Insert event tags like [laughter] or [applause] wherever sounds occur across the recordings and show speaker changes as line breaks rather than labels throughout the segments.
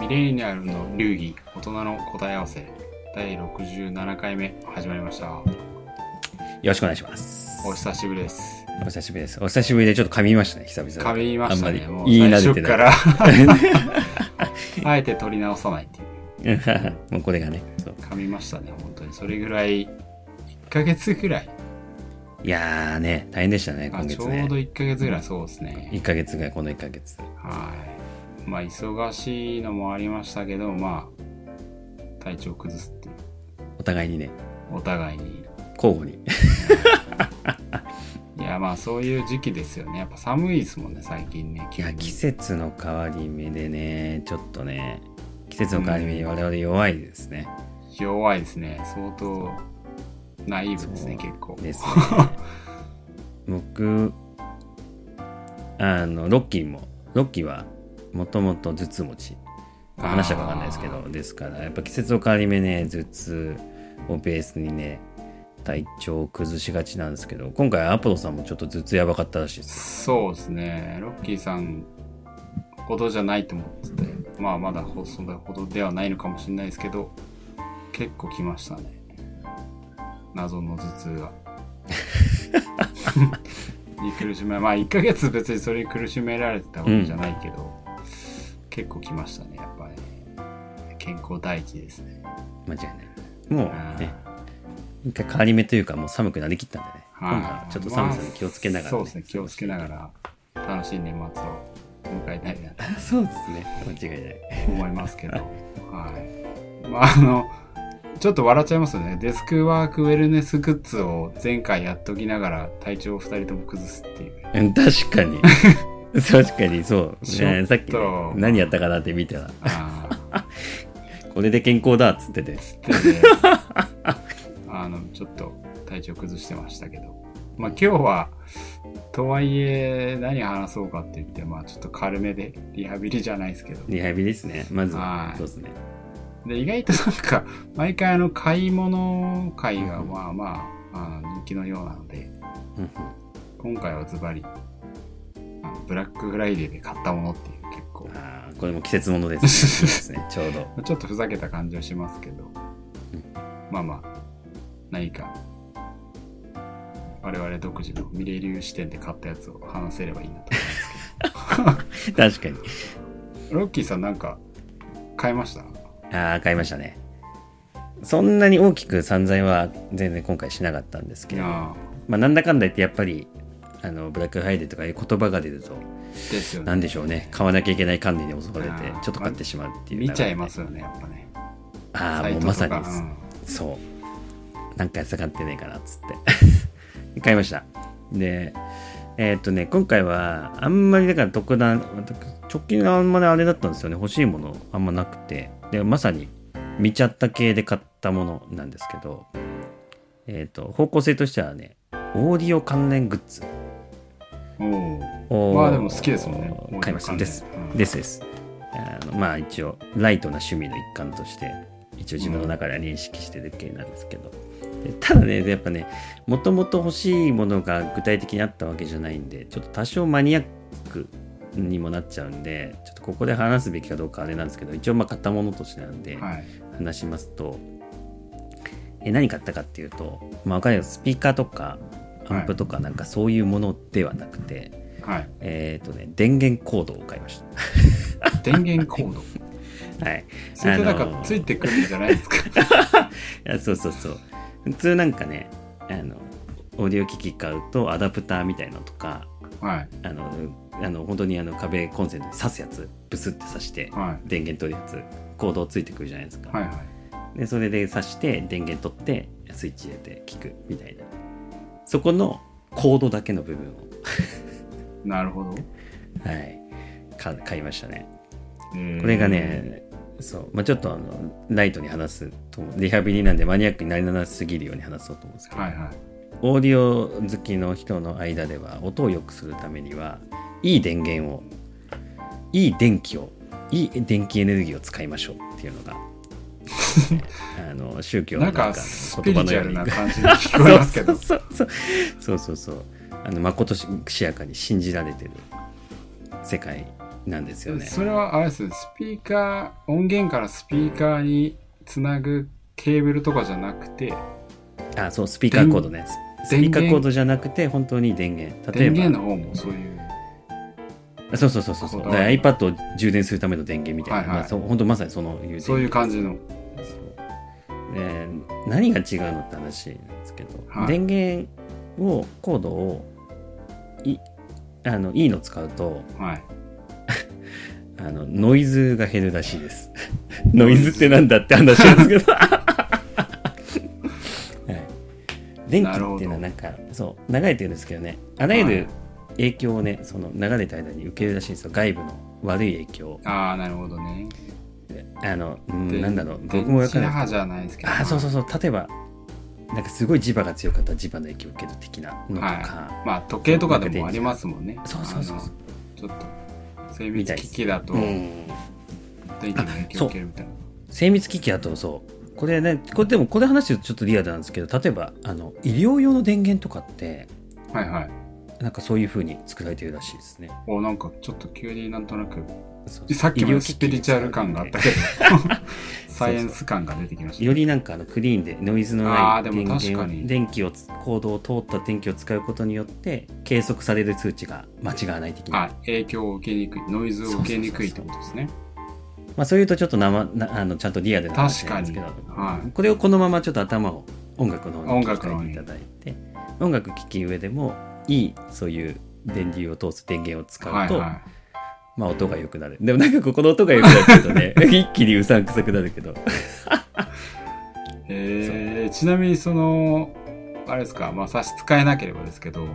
ミレニアルの流儀大人の答え合わせ第67回目始まりました
よろしくお願いします。
お久しぶりです
お久しぶりです。お久しぶりでちょっと噛みましたね、久々に。
噛みましたね
あん
も
ま
う
り言
最
い慣れ
初
て
か
ない。
ら
[laughs]
あえて取り直さないっていう
もうこれがね。そう
噛みましたね本当にそれぐらい1ヶ月ぐらい、
いやーね、大変でしたね、
あ
今
ちょ
月
う
ね
ど。1ヶ月ぐらいそうですね
1ヶ月ぐらい、この1ヶ月。
はいまあ忙しいのもありましたけどまあ体調崩すっていう
お互いにね、
お互いに
交互に。
いやまあそういう時期ですよねやっぱ寒いですもんね最近ね
い
急
や、
に
季節の変わり目でね、ちょっとね、季節の変わり目に我々弱いですね。
弱いですね相当ナイーブですね
そう
結構 [laughs]
ですね。僕、あの、ロッキーも、ロッキーはもともと頭痛持ち。話したかわかんないですけ
あ
どですからやっぱ季節の変わり目ね頭痛をベースにね体調を崩しがちなんですけど今回アポロさんもちょっと頭痛やばかったらしいです
そうですねロッキーさんほどじゃないと思っててまあまだほそんなほどではないのかもしれないですけど結構きましたね謎の頭痛
[laughs]
がに苦しめまあ1ヶ月別にそれに苦しめられてたわけじゃないけど、結構きましたねやっぱね健康第一ですね
間違いないもうね一回変わり目というかもう寒くなりきったんでね今回はちょっと寒さに気をつけながら、
まあそうですね気をつけながら楽しい年末を迎えたいなと
ら [laughs] そうですね間違いない
思いますけ
[laughs]
どはいまああのちょっと笑っちゃいますよねデスクワークウェルネスグッズを前回やっときながら体調を2人とも崩すっていう
うん [laughs] 確か
[laughs]
に確かにそう、
ちょっ
ね、
と
さっき、ね、何やったかなって見たら
ああ
これで健康だっつってて
つって
[laughs]
ねあのちょっと体調崩してましたけどまあ今日はとはいえ何話そうかって言ってまあちょっと軽めでリハビリじゃないですけど
リハビリですねまず
は
はいそうですね
で意外となんか毎回あの買い物会がまあまああの人気のようなので
うんうん
今回はズバリあのブラックフライデーで買ったものっていう結構
あーこれも季節も
[laughs]
のですねいいですねちょうど
ちょっとふざけた感じはしますけど、まあまあ何か我々独自のミレ流視点で買ったやつを話せればいいなと
確かに
ロッキーさんなんか買いました
ああ買いましたねそんなに大きく散財は全然今回しなかったんですけ
い
ど、ま
や
あ、なんだかんだ言ってやっぱりあのブラックハイデーとかいう言葉が出ると
ーですよね
何でしょうね買わなきゃいけない観念に襲われて
あー
ちょっと買ってしまうっていう流れ
見
で
ちゃいますよねやっぱね
ああ
サイ
もう
ト
ま
と
さ
か
にです
うん
そうなんか下がってねえかなっつって [laughs] 買いましたでえーっとね今回はあんまりだから特段直近はあんまりあれだったんですよね欲しいものあんまなくてでまさに見ちゃった系で買ったものなんですけどえーっと方向性としてはねオーディオ関連グッズ
お
を
おまあでも好きですもんね
買いましたです、
うん
ですですあのまあ一応ライトな趣味の一環として一応自分の中では認識してる系なんですけど、でただねやっぱねもともと欲しいものが具体的にあったわけじゃないんでちょっと多少マニアックにもなっちゃうんでちょっとここで話すべきかどうかあれなんですけど一応まあ買ったものとしてなんで
はい
話しますと、え何買ったかっていうとまあわかるよスピーカーとかアンプとかなんかそういうものではなくて、
はい
えっ、とね電源コードを買いまし
電源コード [laughs]
たはい
それってなん
あの
か
ー
ついてくるんじゃないですか
いやそうそうそう普通なんかねあのオーディオ機器買うとアダプターみたいのとか
はい
あのあの本当にあの壁コンセントに挿すやつブスって挿して
はい
電源取るやつコードついてくるじゃないですか、
はいはい
でそれで挿して電源取ってスイッチ入れて聞くみたいなそこのコードだけの部分を、
なるほど
はい、か買いましたね
こ
これがね、そう、まあ、ちょっとあのライトに話すと思う、リハビリなんでマニアックになりなすぎるように話そうと思うんですけど、
はいはい
オーディオ好きの人の間では、音を良くするためには、いい電源を、いい電気を、いい電気エネルギーを使いましょうっていうの
[laughs]
が、あの宗教の
な
なんんか
かスピ
言葉
リ
の
チュ
よ
ア
う
ル
に
な感じに聞こえますけど
そうそうそうそうそうそうそうあのまことしやかに信じられてる世界なんですよね。
それはあれですよスピーカー音源からスピーカーにつなぐケーブルとかじゃなくて
あ、そう、スピーカーコードね。スピーカーコードじゃなくて、本当に電源。例え
電
ば、
源の方もそういう
そうそうそうそうそう。
こだ
だから
わり
iPad を充電するための電源みたいな。
はいはい
まあ、そう本当まさにそのいう電源
そういう感じの
そうで何が違うのって話なんですけど、
はい
電源をコードをいあのいいの使うと
はい
あのノイズが減るらしいです [laughs] ノイズってなんだって話なんですけど、はい、電気っていうのはなんかそう流れてるんですけどねあらゆる影響をねその流れた間に受けるらしいんですよ外部の悪い影響
ああなるほどね
あの、う
で
ん、なんだろう
電
僕も分か
磁
んない
波じゃないですけど
あそうそうそう例えばなんかすごい磁場が強かったら磁場の影響を受ける的なのとか、
はいまあ時計とかでもありますもんね
そうそうそうそう
あのちょっと精密機器だと
うん
電気の影響を受けるみたいな
精密機器あとそうこれねこれでもこれ話するとちょっとリアルなんですけど例えばあの医療用の電源とかって
はいはい
なんかそういう風に作られてるらしいですね
おなんかちょっと急になんとなく
そうそう
さっき
医療
も
機器
スピリチュアル感があった
[laughs]
けどサイエンス感が出てきました
よりなんかあのクリーンでノイズの
あー
ない
で
電
も確
源
か
を
に
電気をつ行動を通った電気を使うことによって計測される数値が間違わない的な
あ影響を受けにくいノイズを受けにくいってことですね
まあ、そういうとちょっと生なあのちゃんとリアルな話なんですけど、
確かにはい
これをこのままちょっと頭を音楽の方に
音
切り
楽の方
替え
に
ていただいて音楽聴き上でもいいそういう電流を通す電源を使
は
う
い
と、
は
まあ、音が良くなるでもなんかここの音が良くなっちゃうとね [laughs] 一気にうさんくさくなるけど
いえーちなみにそのあれですかまあ差し支えなければですけど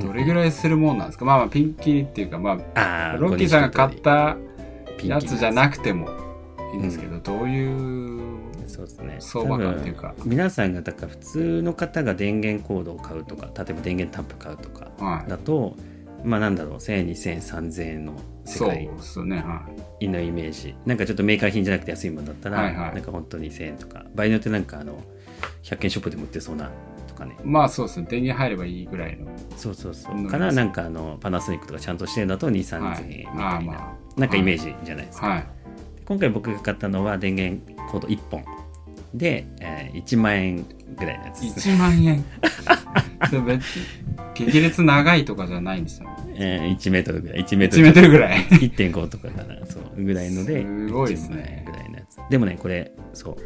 どれぐらいするもんなんですか、まあまあピンキリっていうかま
あ
あ
ー
ロッキーさんが買った
ピンキリ
やつじゃなくてもいいんですけど、どういう
そうですね
相場感っていうか
多分皆さんがだから普通の方が電源コードを買うとか例えば電源タンプ買うとか
はい
だとまあなんだろう1000円2000円3000円の世
そう
界
ですよねは
のイメージなんかちょっとメーカー品じゃなくて安いものだったら、
はいはい
なんか本当に1000円とか場合によってなんかあの100円ショップでも売ってそうなとかね
いまあそうですね電源入ればいいぐらいの
そうそうそ
うん
うからなんかあのパナソニックとかちゃんとしてるんだと2 3 0 0 0円みたいな、
まあま
なんかイメージじゃないです
あ
か、
はい
今回僕が買ったのは電源コード1本で、えー1万円ぐらいのやつです、
1万
[laughs]
円それ別に激烈長いとかじゃないんですよね
えー1メートルぐらい1メート
1
ル
メートルぐらい
1.5とかかなそうぐらいのです
ごいですね
1万円ぐらいのやつでもねこれそ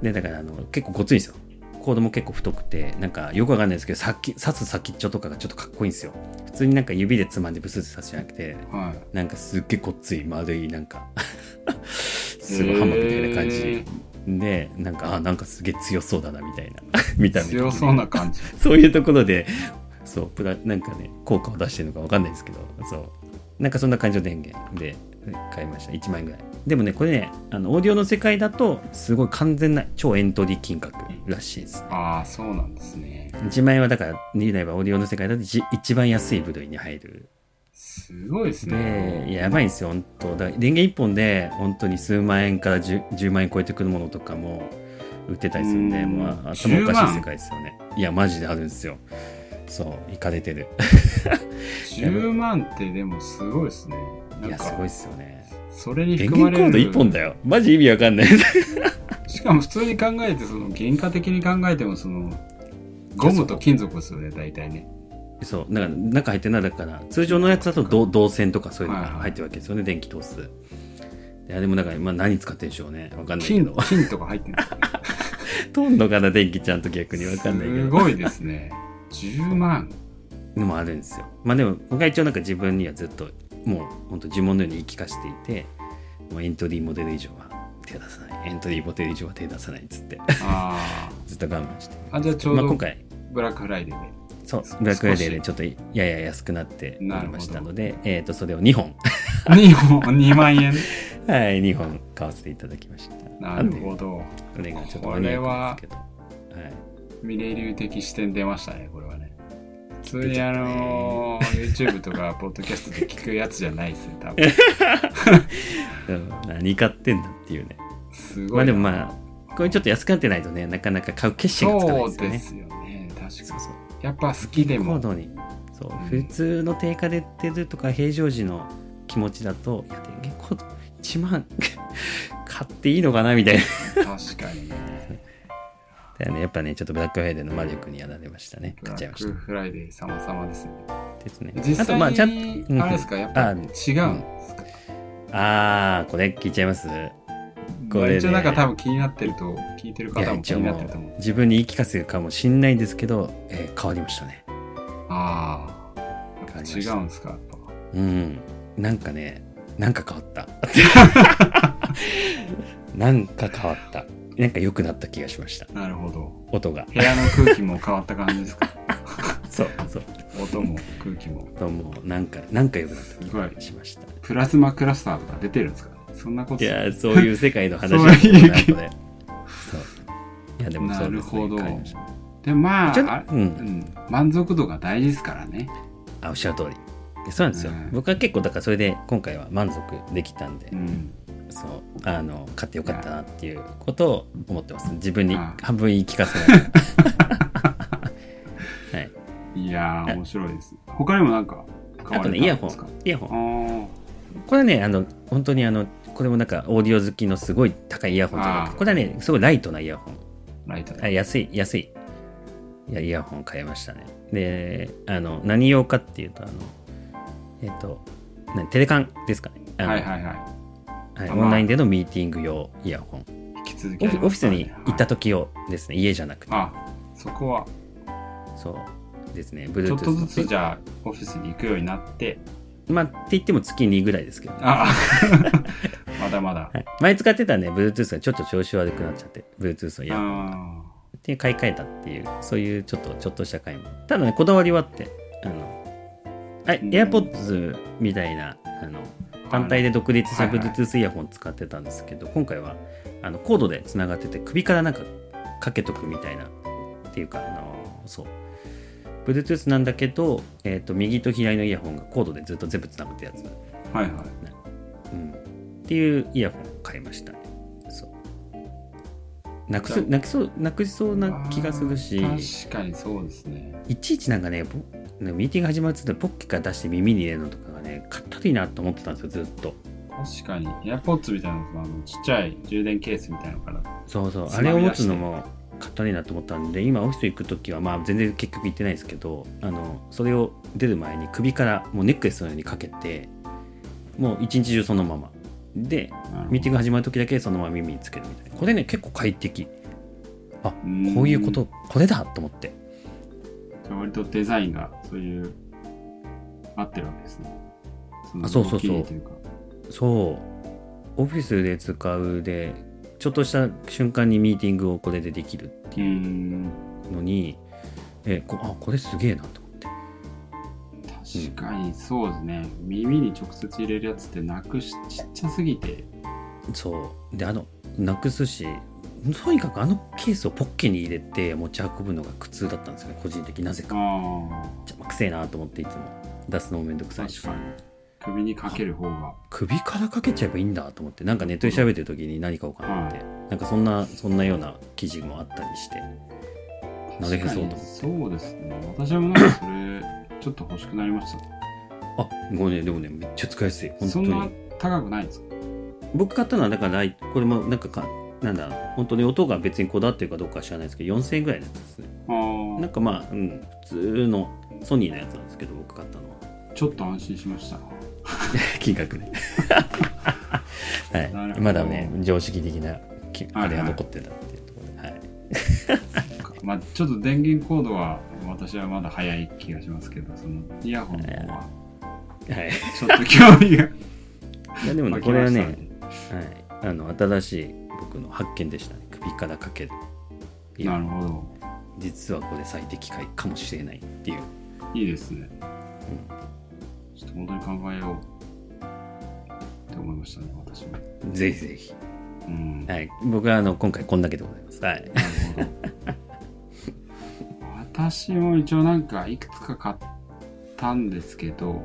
うでだからあの結構ごついんですよコードも結構太くてなんかよくわかんないですけど先刺す先っちょとかがちょっとかっこいいんですよ普通になんか指でつまんでブスって刺すじゃなくて
はい
なんかすっげえごっつい丸いなんか [laughs] すごいハンマーみたいな感じ、でなんかあなんかすげえ強そうだなみたいな [laughs] 見
え
た
ー
目
強そうな感じ
そういうところで、そう、プラ、なんかね、効果を出してるのかわかんないですけど、そう。なんかそんな感じの電源で買いました。1万円ぐらい。でもね、これね、あの、オーディオの世界だと、すごい完全な超エントリー金額らしいです。
ああそうなんですね
1万円はだから、言えばオーディオの世界だとじ一番安い部類に入る。
すごいですね
で、やばいんですよ、本当だ電源1本で、本当に数万円から 10, 10万円超えてくるものとかも売ってたりするんで、
うん
まあ、頭おかしい世界ですよね。いや、マジであるんですよ。そう、いかれてる。
10万ってでもすごいですねないん
や、すご
か
いっすよね。
それに
電
含ま
源コ
れ
ード
る
1本だよ。マジ意味わかんない。
しかも普通に考えてその原価的に考えてもそのゴムと金属ですよね大体ね
そう、なんか中入ってないだから、通常のやつだと銅銅線とかそういうのが
はいはい
入ってるわけですよね、電気通す。いや、でもなんか、まあ、何使ってんでしょうね。わかんないけ
金
ど。
金とか入ってるんですよ
通んのかな、電気ちゃんと逆にわかんないけ
す
ど。
ごいですね10万
のもあるんですよ。まあでも、僕は一応なんか自分にはずっと、もう本当呪文のように言い聞かせていて、もうエントリーモデル以上は手出さない。エントリーモデル以上は手出さないっつって、 [laughs]
あ
ずっと我慢して。
ーあじゃあちょ
まあ
う
今
ど
回、
ブラックフライデーで
そう
少、
ブラックフライデーで
少し
ちょっとやや安くなっておりましたので、えっ、と、それを2本、 [laughs]
2本2万円
はい、2本買わせていただきました。
なるほど
なんで。これがちょっと
こ
マニア
れ
ッ
は
クですけど。はい、
ミレ流的視点出ましたねこれはね普通にあのー YouTube とかポッドキャストで聞くやつじゃないですね多分
うん何買ってんだっていうね。
す
ま
ご
あ
い
で
な
もまあ、これちょっと安くなってないとね、なかなか買う決心がつかない
そ
で
うで
すよね。
すよね確か
そう
に
そう。
やっぱ好きで
コー
も
ドに。そう、
うん
普通の定価で売ってるとか、平常時の気持ちだと、いや、電源コード1万 [laughs] 買っていいのかなみたいな。
確かにね。
だよね、やっぱね、ちょっとブラックフライデーの魔力にやられましたね。
ブ
買
ラ
っちゃい
ッ
ました
ク。フライデー様々ですね。
ですね。
実
あと、
際
まあ、ちゃん
に
と、うん
あれですか、やっぱ違うんですか。
あー、これ聞いちゃいますこれね
一応なんか多分気になってると、聞いてる
いや、
方も
一
気
応
にな
も
ってると思う
う。自分に言い聞かせるかもしんないんですけど、えー変わりましたね。
ああ。やっぱ
わかりま
違
した
うんですか、やっぱ。
うん。なんかね、なんか変わった。 [laughs] なんか変わった。なんか良くなった気がしました。
なるほど。
音が。
部屋の空気も変わった感じ
[laughs]
ですか
そう、そう。
音も空気も。
ともう、なんか、なんか良くなった
すごい
気。がしました。
プラズマクラスターとか出てるんですかそんなこと
いやー、そういう世界の話だもん
そういう
なんか
[laughs]
ね。そう。いや、でもそうです、ね、
なるほど
変わりました
でもまあ
ちょっと
あれ
うん
うん、満足度が大事ですからね。
あ、おっしゃる通り。そうなんですよ。
うん
僕は結構、だからそれで今回は満足できたんで、
うん。
そう、あの、買ってよかったなっていうことを思ってます。自分に
あ
半分言い聞か
[laughs]
せないはい。
いやー、面白いです。他にもなんか買
あ
わ
と
れ
ね、
たん
イヤホ
で
ン
すか。
イヤホ
あ
ン。
ー
これはね、あの、本当にあの、これもなんかオーディオ好きのすごい高いイヤホンじゃなく
あー
て、これはね、すごいライトなイヤホン。
ライト
あ
で。
安い、安い。いや、イヤホン買いましたね。で、あの、何用かっていうと、あの、えっ、と、何テレカンですかね。あの
はいはいは
はい
まあ
オンラインでのミーティング用イヤホン。
い。引き続きありますか
オ
らね、
フオフィスに行っ
と
た時用ですね、家じゃなくて。
あ、そこは、
そうですね、
ち
Bluetooth
ょっとずつじゃ
ゃ
あ、オフィスに行くようになって、
まあ、って言っても月2ぐらいですけどね、
あ [laughs] まだまだ。
はい前使ってたね、Bluetooth がちょっと調子悪くなっちゃって、Bluetooth のイヤホン
あ
っていう買い替えたっていう、そういうちょっと、ちょっとした買い物。ただね、こだわりはあって、あの、はい、
うん
AirPods みたいな、あの、単体で独立した Bluetooth イヤホン使ってたんですけど、今回は、あの、コードで繋がってて、首からなんかかけとくみたいな、っていうか、あの、そう。Bluetooth なんだけど、えっ、と、右と左のイヤホンがコードでずっと全部繋がってるやつ。
ーはいはい。
うん、っていうイヤホンを買いましたね。そう。なくす、なくそう、なくしそうな気がするし、
確かにそうですね。
いちいちなんかね、ぼねミーティング始まるつってポッケから出して耳に入れるのとかがね、かったるいなと思ってたんですよ、ずっと。
確かに、AirPods みたいなのとあのちっちゃい充電ケースみたいなのから。
そうそう、
つ
あ
まみ出して
れを持つのもかったるいなと思ったんで、今オフィス行くときは、まあ全然結局行ってないですけど、あの、それを出る前に首からもうネックレスのようにかけて、もう一日中そのまま。で、ミーティング始まる時だけそのまま耳につけるみたいなこれね結構快適あ
うん
こういうことこれだと思って
じゃあ割とデザインがそういう合ってるわけですね。の
あそうそうそう
ドッキリといか
そうオフィスで使うでちょっとした瞬間にミーティングをこれでできるって
うー
い
ん
うのにえこあこれすげえなと思って
確かにそうですね、耳に直接入れるやつってなくしちっちゃすぎて
そうであのなくすしとにかくあのケースをポッケに入れて持ち運ぶのが苦痛だったんですよね個人的になぜ
あ
か
あ
邪魔くせえなと思っていつも出すのもめんどくさいし
確かに首にかける方が
首からかけちゃえばいいんだと思ってなんかネットで調べてる時に何買おうかなって、なんかそんなそんなような記事もあったりしてなるへそと思って
確かにそうですね私もなんかそれちょっと欲しくなりまし
あもうねでもねめっちゃ使いやすい
た
本当
そんな
に
高くないんですか
僕買ったのはだからないこれもなんかかなんだ本当に音が別にこだわってるかどうかは知らないですけど4000円ぐらいのやつですね
あ
なん
ー
かまあ、うん、普通のソニーのやつなんですけど僕買ったのは [laughs]
ちょっと安心しました
金
[laughs]
額ね
なる
は
ほ
い
ど
まだね常識的なき
はい
あれが残ってたっていうところではい
まあちょっと電源コードは私はまだ早い気がしますけどそのイヤホンの方は [laughs]
はい
ちょっと興味
[laughs]
が
いやでも
湧
ね、
き
これ
ま
は
した
ね、
んで
はい、あの新しい僕の発見でしたね。首からかける。い
な
や
るほど
実はこれ最適解かもしれないっていう。
いいですね。ちょっと本当に考えようって思いましたね、私も。
うん、ぜひぜひ。
うん。なる
はい、僕はあの今回こんだけでございます。はい。
ほど。 [laughs] 私も一応なんかいくつか買ったんですけど、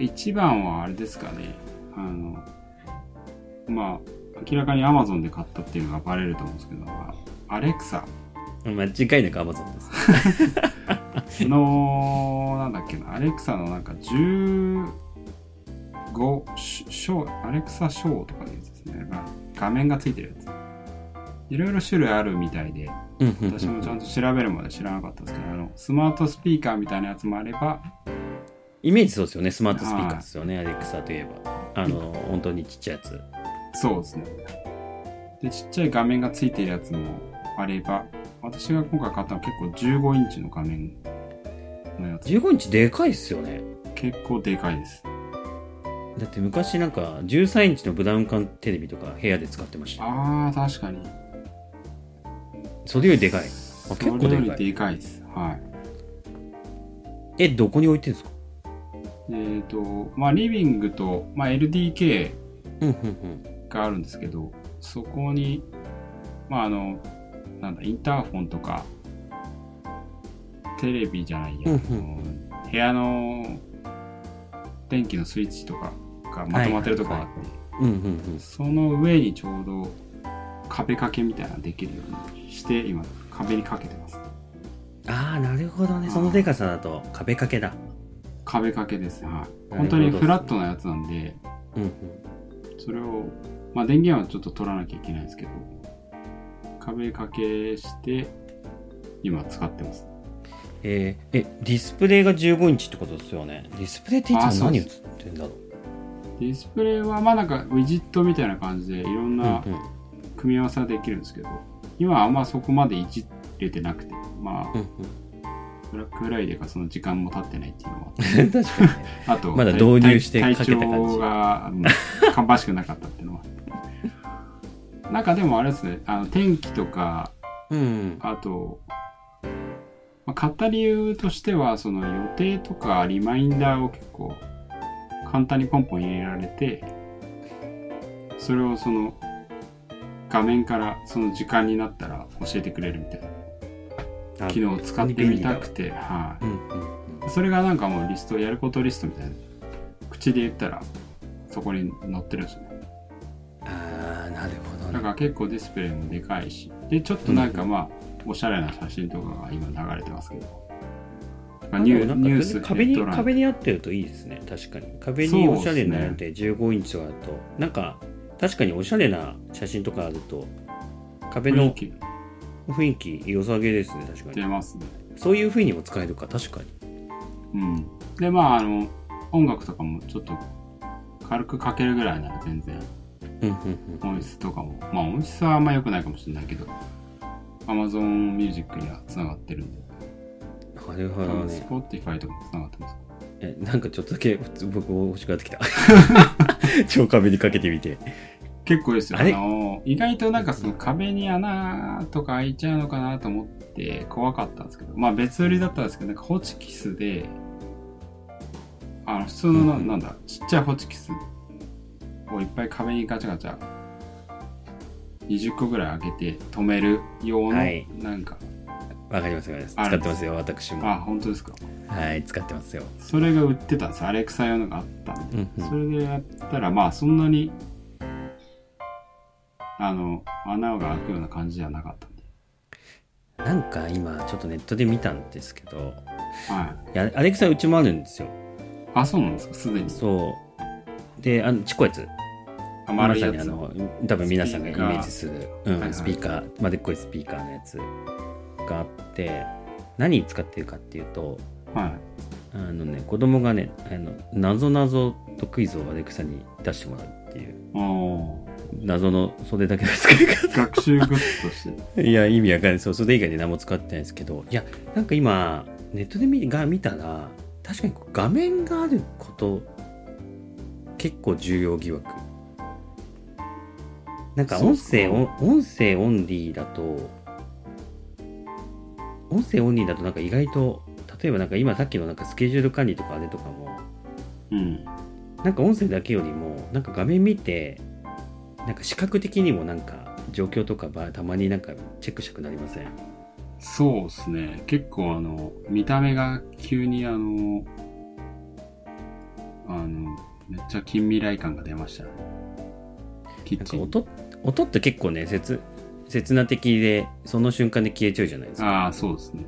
一番はあれですかね、あの、まあ、明らかに Amazon で買ったっていうのがバレると思うんですけど、アレクサ
間違いなく Amazon です。
の、なんだっけな、アレクサのなんか10 Go、ショー、アレクサショーとかいうやつですね。が画面がついてるやつ。いろいろ種類あるみたいで、
うんうんうん
私もちゃんと調べるまで知らなかったですけど、あの、スマートスピーカーみたいなやつもあれば、
イメージそうですよねスマートスピーカーですよねアレクサといえばあの本当にちっちゃいやつ
そうですね。で、ちっちゃい画面がついてるやつもあれば、私が今回買ったのは結構15インチの画面のやつ。
15インチでかいっすよね
結構でかいです。
だって昔なんか13インチのブラウン管テレビとか部屋で使ってました
あー、確かに。
それよりでかいあ結構
それよ
で
り
かい
でかいです。はい。
えどこに置いてるんですか
えっ、と、まあ、リビングと、まあ、LDK
うんうん
があるんですけど、そこに、まあ、あの、なんだ、インターフォンとか、テレビじゃないや、
うん
あの部屋の電気のスイッチとかがまとまってるとこがあって、
うんうんうんうん
その上にちょうど壁掛けみたいなのできるようにして、今、壁にかけてます。
ああなるほどねそのでかさだと壁掛けだ
壁掛けですね。はい。
なるほど
本当にフラットなやつなんで、
うんうん
それを、まあ、電源はちょっと取らなきゃいけないんですけど、壁掛けして、今使ってます。
えーえディスプレイが15インチってことですよねディスプレイっていつも
あそう
何映
で
っ
す
てんだろう
ディスプレイは、まあなんかウィジットみたいな感じでいろんな
うんうん
組み合わせができるんですけど、今はあんまそこまでいじれてなくて、まあ、
うん
ブラックフライデーかその時間も経ってないっていうのは、
うん [laughs] 確かにね
あと、
まだ導入して
体
かけた感じ
体調が、うん、芳しくなかったっていうのは。なんかでもあれですね、あの天気とか、
うんうん
あと、まあ、買った理由としては、その予定とかリマインダーを結構簡単にポンポン入れられて、それをその画面からその時間になったら教えてくれるみたいな
あ
機能を使ってみたくて、は
うんうんうん
い。それがなんかもうリスト、やることリストみたいな。口で言ったらそこに載ってるんですね。
ああなるほ
だか
どね
ら結構ディスプレイもでかいし、で、ちょっとなんかまあ、おしゃれな写真とかが今流れてますけど。まあニュ
あで
ー
もなんか
ニュー
全
ス
然壁
ヘ
に
ッドライン
壁に合ってるといいですね確かに壁
そう
に
っすね
おしゃれになれて15インチとかだと、なんか確かにおしゃれな写真とかあると壁
雰囲
の
気
雰囲気良さげですね確かに
出ますね。
そういうふうにも使えるか確かに
うん。で、まあ、あの、音楽とかもちょっと軽くかけるぐらいなら全然、
うんうんうん
音質とかも、まあ、音質はあんま良くないかもしれないけど、Amazon Music には繋がってるんで、
なるほ
多
ど
分
ね
Spotify とかも繋がってます。
えなんかちょっとだけ普通僕欲しくなってきた [laughs] 超壁にかけてみて
結構ですよ。
あ
あ
れ
の、意外となんかその壁に穴とか開いちゃうのかなと思って怖かったんですけど、まあ別売りだったんですけど、なんかホチキスで、あの、普通のな、
うんうん
なんだ、ちっちゃいホチキスをいっぱい壁にガチャガチャ、20個ぐらい開けて止める用の、
はい
なんか、
わかりますわかります
あ
使ってますよ私も
あ、本当ですか。
はい使ってますよ、
それが売ってたんですアレクサ用のがあったんで。
うんうん
それでやったら、まあそんなに、あの、穴が開くような感じではなかったんで。
なんか今ちょっとネットで見たんですけど
はい。
いやアレクサうちもあるんですよ
あ、そうなんですか、すでに。
そうであのちっこいやつ
あ、
ま
丸い
さ
や
にあ
つ。
の多分皆さんがイメージするうん
はいはい
スピーカーまでっこいスピーカーのやつがあって何に使ってるかっていうと
は
あのね子供がねあの謎謎とクイズをアレクサに出してもらうっていう
い。お
謎のそれだけの使い方
ー学習グッズとして。 [laughs]
いや、意味わかんない。そう、それ以外で何も使ってないですけど、いや、なんか今、ネットで見が見たら、確かにこう画面があること、結構重要疑惑。なんか音声、
そう
音音声オンリーだと、音声オンリーだとなんか意外と、例えばなんか今さっきのなんかスケジュール管理とかあれとかも、
うん。
なんか音声だけよりもなんか画面見てなんか視覚的にもなんか状況とかばたまになんかチェックしたくなりません
そうですね。結構あの、見た目が急にあの、あの、めっちゃ近未来感が出ましたね。キッ
なん
チ
か
ン。
音音って結構ね切切な的でその瞬間で消えちゃうじゃないですか、
ああ、そうですね。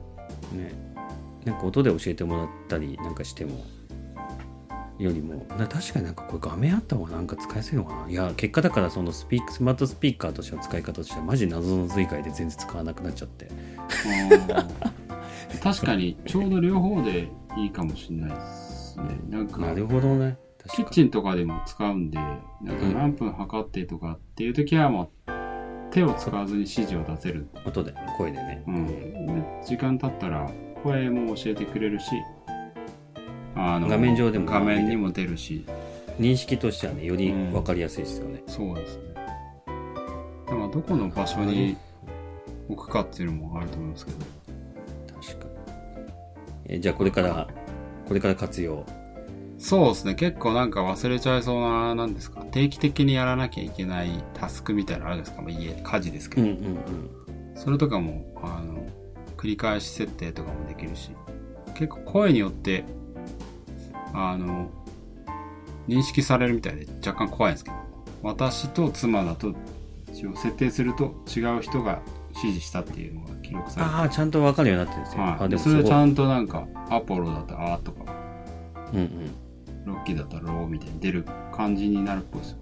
ね、なんか音で教えてもらったりなんかしてもいよりもな確かになんかこれ画面あった方がなんか使いやすいのかないや結果だからそのスピークスマートスピーカーとしての使い方としてはマジ謎の図以外で全然使わなくなっちゃって
うん確かにちょうど両方でいいかもしれないですねなんか
なるほどね
キ
確
ッ
か
チ
に
ンとかでも使うんでなんか何分測ってとかっていう時はもう手を使わずに指示を出せる、
音で声でね、
うん、で時間経ったら声も教えてくれるしあ
画面上でも
画面にも出るし
認識としてはねより分かりやすいですよね、
そうですねでもどこの場所に置くかっていうのもあると思うんですけど
確かにえじゃあこれからこれから活用
そうですね結構なんか忘れちゃいそうななんですか定期的にやらなきゃいけないタスクみたいなのあるんですか、まあ、家家事ですけ
う
ど、
んうん
それとかもあの繰り返し設定とかもできるし結構声によってあの認識されるみたいで若干怖いんですけど私と妻だと一応設定すると違う人が指示したっていうのが記録されて
ああちゃんと分かるようになってるんですよ、
はい、
あ
で
でも
それ
す
で
ご
ち
い
ゃんとなんかアポロだったら「あ」とか
うんうん
ロッキーだったら「ロー」みたいに出る感じになるっぽいですよ、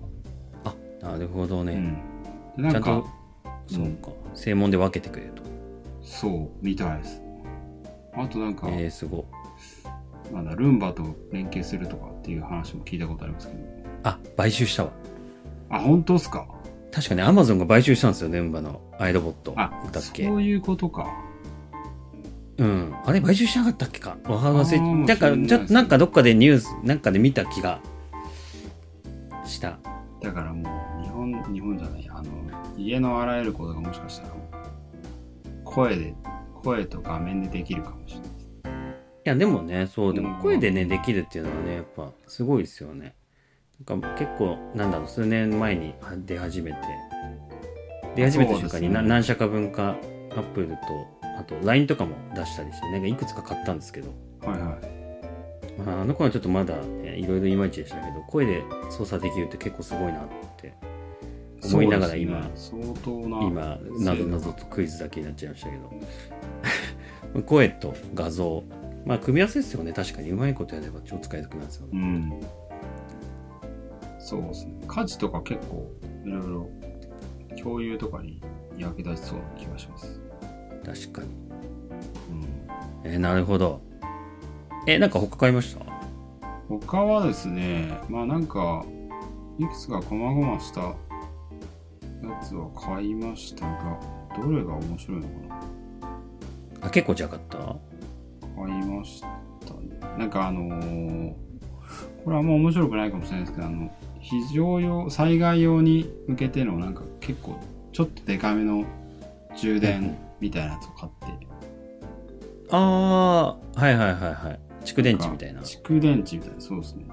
あなるほど
う
ね、
ん、でな
ちゃ
ん
んと
か
そうか正門で分けてくれると
そうみたいですあとなんか、
えー、すごい
なんだルンバと連携するとかっていう話も聞いたことありますけど
あ買収したわ
あ本当っすか
確かねアマゾンが買収したんですよルンバのアイロボット
あ
だっけ
そういうことか
うんあれ買収しなかったっけかわかりませ
あーも
ん
う
だ
知
から
らない
ちょっ
で
と
す
なんかどっかでニュースなんかで見た気がした
だからもう日本日本じゃないあの家のあらゆることがもしかしたら声で声と画面でできるかもしれないです
いやでもねそうで
うん
も声でねできるっていうのはねやっぱすごいですよねなんか結構なんだろう数年前には出始めて出始めた瞬
そうで
間
すね
にな、何社か分かアップルとあと LINE とかも出したりしてなんかいくつか買ったんですけど、
はいはい
まあ、あの子はちょっとまだ、ね、いろいろいまいちでしたけど声で操作できるって結構すごいなって思いながら今、
そうですね相当な
今なぞなぞとクイズだけになっちゃいましたけど [laughs] 声と画像まあ組み合わせですよね確かにうまいことやれば超使いやすくなるんですよね
うんそうですね家事とか結構いろいろ共有とかに役立ちそうな気がします、
確かに
うん
えーなるほどえなんか他買いました
他はですね、まあなんか、いくつか細々したやつは買いましたが、どれが面白いのか
あ結構じゃなかった
な買いましたね。なんかあのーこれあんま面白くないかもしれないですけど、あの、非常用、災害用に向けてのなんか結構ちょっとデカめの充電みたいなやつを買って、
あーはいはいはいはい蓄電池みたいな
蓄電池みたいな、そうですね。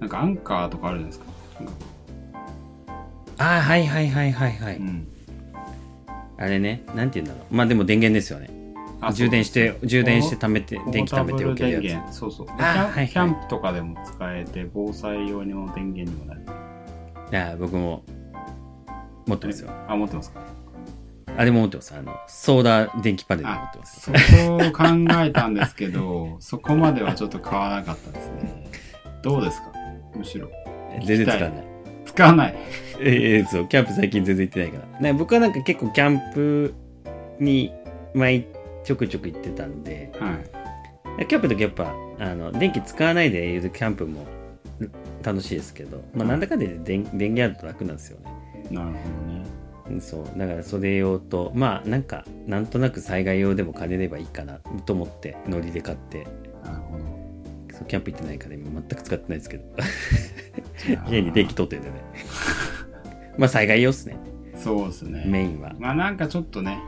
なんかアンカーとかあるじゃないですか。なんか
あーはいはいはいはいはい、
うん。
あれねなんて言うんだろうまあでも電源ですよね
あ
充電して充電して
ポ
貯めて電気貯めて
ポ
おけ
ータブル
る
電
や
源そうそうキ
はい
ャ
は
ン
い
キャンプとかでも使えて防災用の電源にもなる
ついや僕も持ってますよ
あ持ってますか
あれも持ってますあのソーダ電気パネルも持っ
あ
てます
そこを考えたんですけど [laughs] そこまではちょっと買わなかったですねどうですかむしろ
全然使わない
使わない
ええそう、キャンプ最近全然行ってないから。ね、僕はなんか結構キャンプに、前、ちょくちょく行ってたんで、
はい
キャンプの時やっぱ、あの、電気使わないでいるキャンプも楽しいですけど、まあ、なんだかんだで電電源あると楽なんですよね。
なるほどね
うんそう、だからそれ用と、まあ、なんか、なんとなく災害用でも兼ねればいいかなと思って、ノリで買って、
なるほど
そうキャンプ行ってないから今全く使ってない [laughs] ですけど、
じ [laughs] ゃあ
家に電気取ってるんで [laughs] ね。まあ、災害用っすね、
そうですね
メインは。
まあなんかちょっとね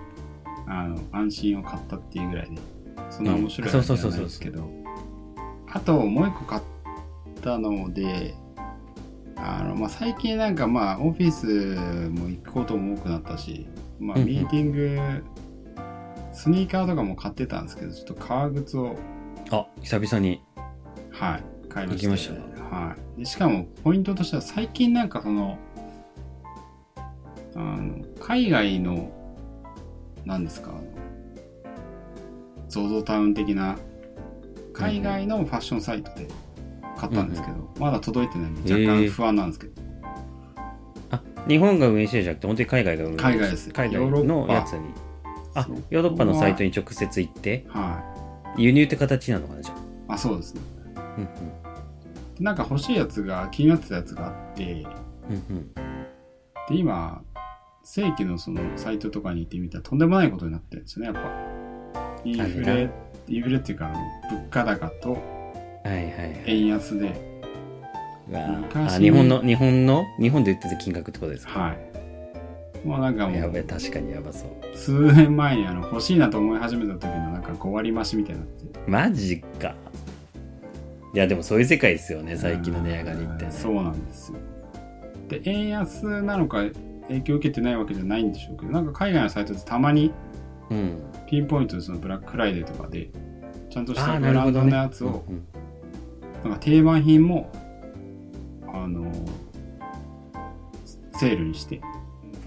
あの安心を買ったっていうぐらいでそんな面白い
うん
話じゃないですけどあともう一個買ったのであの、まあ、最近なんかまあオフィスも行くことも多くなったし、まあ、
うんうん
ミーティング、スニーカーとかも買ってたんですけどちょっと革靴を
あ、久々に。
はい買いました
行きましたね
はい、でしかもポイントとしては最近なんかそのあの海外の何ですか ZOZO タウン的な海外のファッションサイトで買ったんですけど、まだ届いてないんで
えー
若干不安なんですけど、
あ日本が運営してるじゃなくて本当に海外が運営してる
海外です
海
ヨーロ
外
ッ
の
パ
やつにあ
そう
ヨーロッパのサイトに直接行って
は
輸入って形なのかなじゃ
いあそうですね
あうん
でなんか欲しいやつが気になってたやつがあってで
うんうん
今正規のそのサイトとかに行ってみたらとんでもないことになってるんですよねやっぱインフ
大変
レインフレっていうかあの物価高と
うんはいはいはい
円安で
うわ
昔
あ
ね
日本の日本の日本で売ってた金額ってことですか
はいもうなんかも
やべ
う
え確かにやばそう
数年前にあの欲しいなと思い始めた時のなんか5割増しみたいになって
マジかいやでもそういう世界ですよね最近の値上がりってね
そうなんですよで円安なのか影響を受けてないわけじゃないんでしょうけどなんか海外のサイトってたまに
うん
ピンポイントでそのブラックフライデーとかでちゃんとし
あ
た
ー
ブ
なる
ラ
ほ
ン
ど
ド
ね
のやつを
うんうん
なんか定番品もあのセールにしてで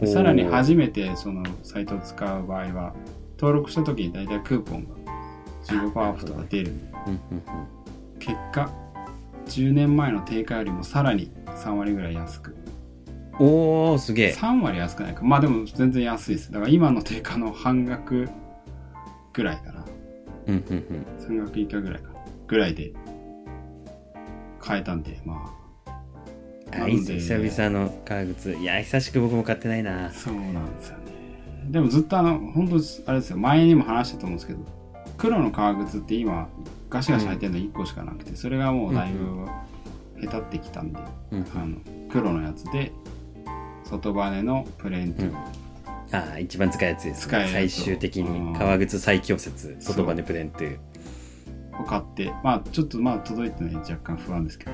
おー
さらに初めてそのサイトを使う場合は登録した時に大体クーポンが15%オフとか出る
うんうん
結果10年前の定価よりもさらに3割ぐらい安く
うんおーすげえ
3割安くないかまあでも全然安いですだから今の定価の半額ぐらいかな
うんうんうん
半額以下ぐらいかなぐらいで買えたんでま
あいいっすね
なんで
久々の革靴いや久しく僕も買ってないな
あそうなんですよねでもずっとあの本当あれですよ前にも話したと思うんですけど黒の革靴って今ガシガシ履いてるの1個しかなくて、それがもうだいぶへたってきたんで、
うんうん
あの黒のやつで外バネのプレーンと、
うんああ一番使うやつです
使える
ね
やつ
最終的
うん
に革靴最強説外バネプレーンっていう
を買ってまあちょっとまあ届いてない若干不安ですけど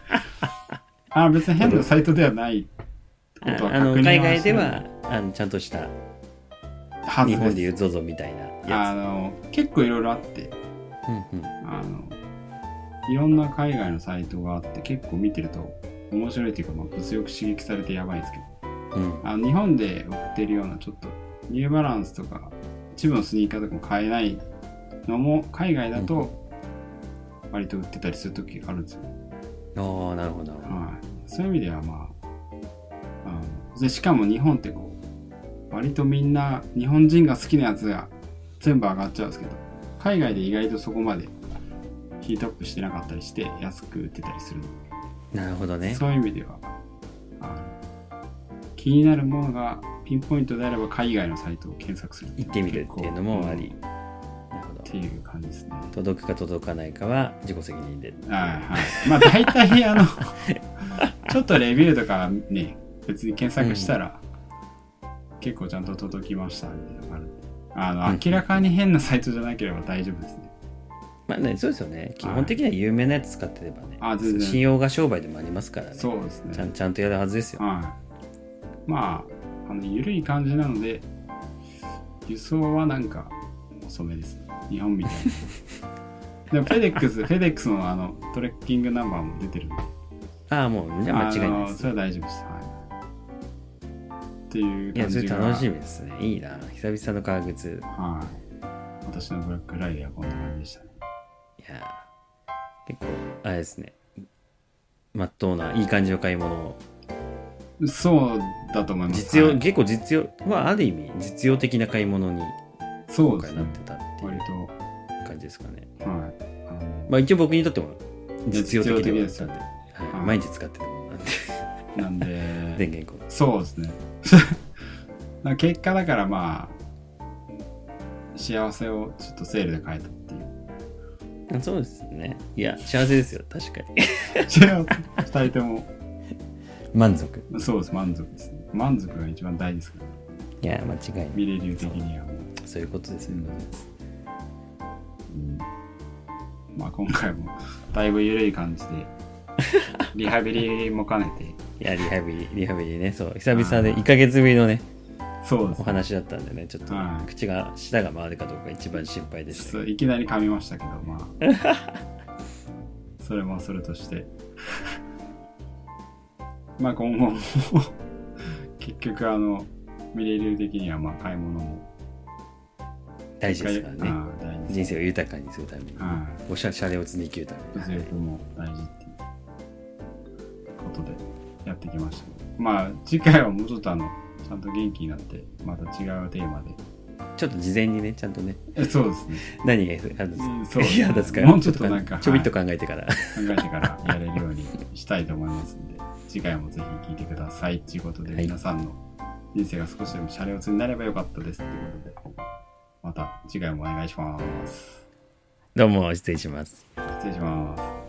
[laughs]
あ別に変なサイトではないことは
あ
確
あの
認
海
は
外
し
で
てない
はあのちゃんとした
は
日本
ず
でい
で
う ZOZO みたいな
すあ
や
の結構いろいろあって
つうんうん
あのいろんな海外のサイトがあって結構見てると面白いっていうか、まあ、物欲刺激されてやばいんですけど
うん
あの日本で売ってるようなちょっとニューバランスとか一部のスニーカーとかも買えないのも海外だと割と売ってたりする時があるんですよ、
ああなるほどなるほど
はい、そういう意味ではまああのでしかも日本ってこう割とみんな日本人が好きなやつが全部上がっちゃうんですけど海外で意外とそこまでヒートアップしてなかったりして安く売ってたりするので
なるほどね
そういう意味ではあの気になるものがピンポイントであれば海外のサイトを検索する
行ってみるっていうのもあ
結
り
構
なるほど
うんっていう感じですねはい
届くか届かないかは自己責任で
はいまあ大体あの [laughs] ちょっとレビューとかね別に検索したら、結構ちゃんと届きましたみたいなのがあるあの、
うん
明らかに変なサイトじゃなければ大丈夫ですね
まあねそうですよね基本的には有名なやつ使ってればね
あ全然
信用が商売でもありますからねち
そうですね
ゃんちゃんとやるはずですよ
はい。まあ、あの、ゆるい感じなので、輸送はなんか、遅めです。日本みたいな。でも、フェデックス、フェデックスのあの、トレッキングナンバーも出てるんで。
ああもうじゃあ間違いない
あ
で
の
す
それは大丈夫です。はい。っていう
いや
感
そ
じ
れ
が。
楽しみですねいいな久々の革靴
はい。私のブラックフライデーはこんな感じでしたね。
いやー結構あれですねまっとうないい感じの買い物を
そうだと思います。
実用、
はい
結構実用まあある意味実用的な買い物に
そ
今
うで
回
す
なっ
ね
て。たってい
割
う
と、
感じですかね
はい。あの
まあ一応僕にとっても実用的ではあったんで
実
はい
はい
毎日使ってるものなん
[laughs] な
で
んで、
[laughs] 電源こ
そうですね。 [laughs] なんか結果だからまあ、幸せをちょっとセールで買えたっていう。
[laughs] うそうですねいや幸せですよ確かに
幸せ、二人とも、
満足
そうです、満足ですね。満足が一番大事ですから、
いや間違いない
ミレ流的にはもう。
そういうことですよ、
うんまあ今回も、だいぶ緩い感じで、リハビリも兼ねて、
いやリハビリリハビリねそう久々で1ヶ月ぶりのね
そうですね。
お話だったんでねちょっと
はい
口が舌が回るかどうか一番心配でした
そういきなり噛みましたけど、まあ、それもそれとして、 [laughs] まあ今後も、結局あの、ミレイ流的にはまあ買い物も
大事ですからね
ああ大事
人生を豊かにするために、
は
おしゃれを積み切るた
い。
めに、
節約も大事っていうことでやってきました。まあ、次回はもうちょっとあの、ちゃんと元気になって、また違うテーマで。
ちょっと事前にねちゃんとね
えそうですね。
何があの
うんそう
[laughs] いやですから
もうちょっとなんか
ちょびっと考えてから、 [laughs]
考えてからやれるようにしたいと思いますんで、次回もぜひ聞いてください。ということで、
はい
皆さんの人生が少しでもシャレオツになればよかったです。ということで、また次回もお願いします。
どうも失礼します
失礼します。